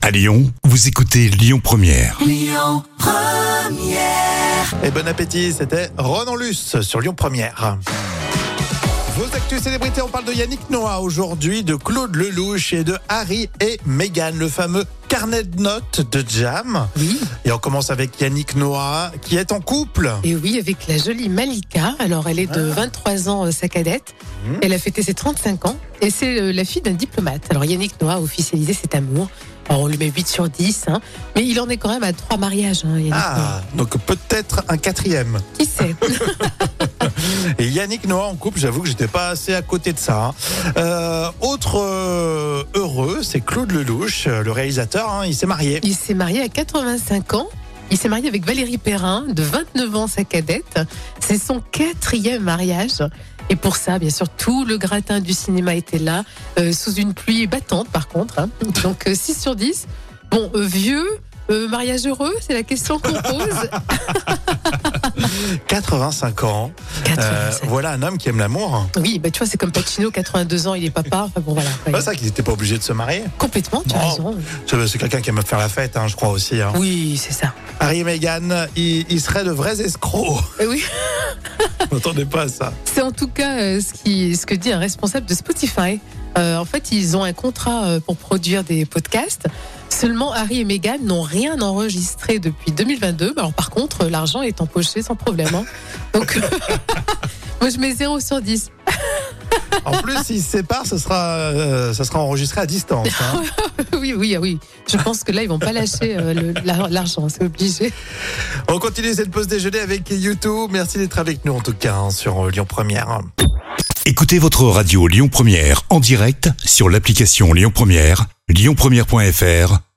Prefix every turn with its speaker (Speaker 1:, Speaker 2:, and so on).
Speaker 1: À Lyon, vous écoutez Lyon Première.
Speaker 2: Et bon appétit, c'était Ronan Luce sur Lyon Première. Vos actus célébrités, on parle de Yannick Noah aujourd'hui, de Claude Lelouch et de Harry et Meghan, le fameux carnet de notes de Jam.
Speaker 3: Oui,
Speaker 2: Et on commence avec Yannick Noah qui est en couple.
Speaker 3: et oui, avec la jolie Malika. Alors, elle est de 23 ans, euh, sa cadette.
Speaker 2: Ah. Mhm.
Speaker 3: Elle a fêté ses 35 ans et c'est euh, la fille d'un diplomate. Alors, Yannick Noah a officialisé cet amour. Alors, on lui met 8 sur 10, hein. mais il en est quand même à trois mariages, hein, Yannick Noah.
Speaker 2: Ah, donc peut-être un quatrième.
Speaker 3: Qui sait
Speaker 2: Et Yannick Noah en couple, j'avoue que j'étais pas assez à côté de ça. hein. Euh, autre euh, heureux, c'est Claude Lelouch, euh, le réalisateur, hein, il s'est marié.
Speaker 3: Il s'est marié à 85 ans. Il s'est marié avec Valérie Perrin, de 29 ans, sa cadette. C'est son quatrième mariage. Et pour ça, bien sûr, tout le gratin du cinéma était là, euh, sous une pluie battante, par contre. hein. Donc, euh, 6 sur 10. Bon, euh, vieux, euh, mariage heureux, c'est la question qu'on pose. Euh,
Speaker 2: 85 ans. Euh,
Speaker 3: 85.
Speaker 2: voilà un homme qui aime l'amour.
Speaker 3: Oui, bah, tu vois, c'est comme Pacino, 82 ans, il est papa. Enfin, bon, voilà.
Speaker 2: C'est pas ça qu'il n'était pas obligé de se marier.
Speaker 3: Complètement, tu as
Speaker 2: Non.
Speaker 3: raison.
Speaker 2: C'est c'est quelqu'un qui aime faire la fête, hein, je crois aussi. hein.
Speaker 3: Oui, c'est ça.
Speaker 2: Harry et Meghan, ils, ils seraient de vrais escrocs.
Speaker 3: Eh oui.
Speaker 2: N'entendez pas à ça.
Speaker 3: C'est en tout cas euh, ce, qui, ce que dit un responsable de Spotify. Euh, en fait, ils ont un contrat euh, pour produire des podcasts. Seulement, Harry et Meghan n'ont rien enregistré depuis 2022. Alors, par contre, euh, l'argent est empoché sans problème. hein. Donc, moi, je mets 0 sur 10.
Speaker 2: En plus, s'ils se séparent, ce sera, euh, ça sera enregistré à distance. hein.
Speaker 3: oui, oui, ah oui. Je pense que là, ils vont pas lâcher euh, le- la- l'argent, c'est obligé.
Speaker 2: On continue cette pause déjeuner avec YouTube. Merci d'être avec nous en tout cas hein, sur euh, Lyon Première.
Speaker 1: Écoutez votre radio Lyon Première en direct sur l'application Lyon Première, lyonpremière.fr